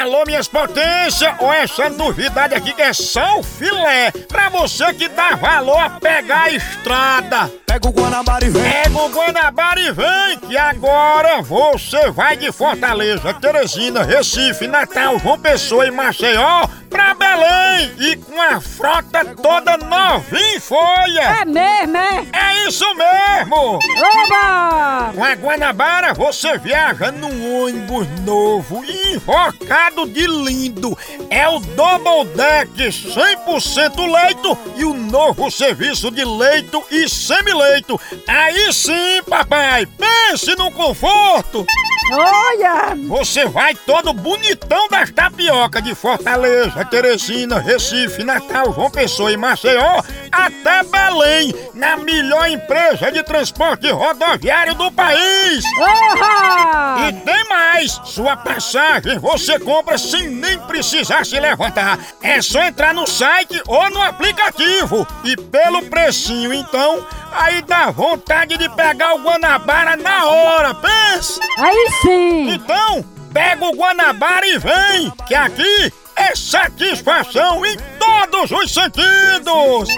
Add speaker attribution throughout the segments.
Speaker 1: Alô, minhas potências! Ou essa novidade aqui que é só o filé pra você que dá valor a pegar a estrada.
Speaker 2: Pega o Guanabara e vem.
Speaker 1: Pega o Guanabara e vem, que agora você vai de Fortaleza, Teresina, Recife, Natal, João Pessoa e Maceió pra Belém e com a frota toda novinha em folha.
Speaker 3: É mesmo, é?
Speaker 1: É isso mesmo!
Speaker 3: Oba!
Speaker 1: Com a Guanabara você viaja num ônibus novo, invocado de lindo. É o Double Deck 100% leito e o novo serviço de leito e semileito. Aí sim, papai, pense no conforto.
Speaker 3: Olha!
Speaker 1: Você vai todo bonitão das tapioca de Fortaleza, Teresina, Recife, Natal, João Pessoa e Maceió até Belém, na melhor empresa de transporte rodoviário do país. E
Speaker 3: Oha!
Speaker 1: tem mais! Sua passagem você compra sem nem precisar se levantar. É só entrar no site ou no aplicativo. E pelo precinho, então, aí dá vontade de pegar o Guanabara na hora, pensa!
Speaker 3: Aí sim!
Speaker 1: Então, pega o Guanabara e vem, que aqui é satisfação em todos os sentidos!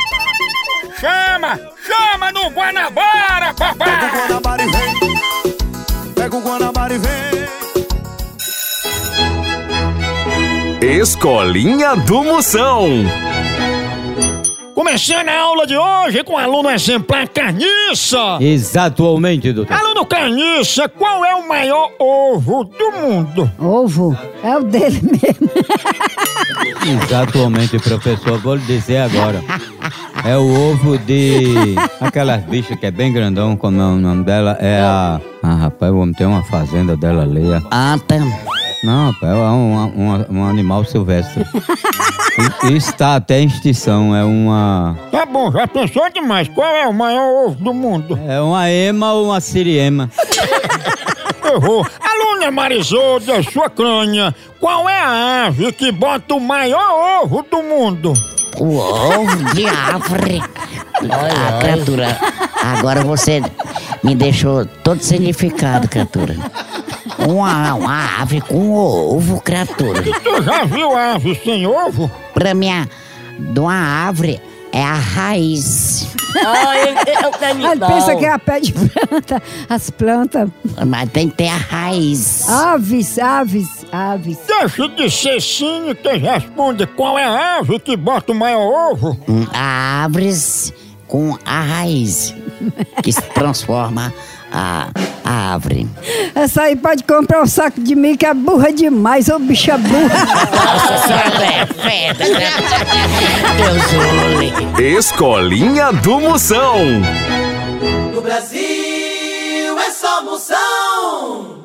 Speaker 1: Chama! Chama no
Speaker 2: Pega
Speaker 1: Guanabara,
Speaker 2: o
Speaker 1: papai!
Speaker 2: Guanabara e vem. Pega o Guanabara e vem.
Speaker 4: Escolinha do Moção.
Speaker 1: Começando a aula de hoje com o aluno exemplar Carniça.
Speaker 5: Exatamente, doutor.
Speaker 1: Aluno Carniça, qual é o maior ovo do mundo?
Speaker 3: Ovo é o dele mesmo.
Speaker 5: Exatamente, professor. Vou lhe dizer agora. É o ovo de. Aquelas bichas que é bem grandão, como é o nome dela? É a. Ah, rapaz, o homem tem uma fazenda dela ali. ó. Não, rapaz, é um, um- um animal silvestre. E- e está até em extinção. É uma.
Speaker 1: Tá bom, já pensou demais. Qual é o maior ovo do mundo?
Speaker 5: É uma ema ou uma siriema?
Speaker 1: Errou. Aluna Marisolda, sua crânio. Qual é a ave que bota o maior ovo do mundo?
Speaker 6: O ovo de árvore. Ah, criatura, agora você me deixou todo significado, criatura. Uma, uma ave com ovo, criatura.
Speaker 1: Tu já viu ave sem ovo?
Speaker 6: Pra mim, a- de uma árvore é a raiz.
Speaker 3: Ele pensa que é a pé de planta, as plantas.
Speaker 6: Mas tem que ter a raiz.
Speaker 3: Ah. Aves, aves, aves.
Speaker 1: Deixa de ser cínica e responde qual é a ave que bota o maior ovo?
Speaker 6: Hum, A árvores com a raiz. Que se transforma a, a árvore.
Speaker 3: Essa aí pode comprar um saco de milho que é burra demais, ô bicha burra.
Speaker 6: Nossa senhora é feta, Deus o livre.
Speaker 4: Escolinha do Moção.
Speaker 7: No Brasil é só moção.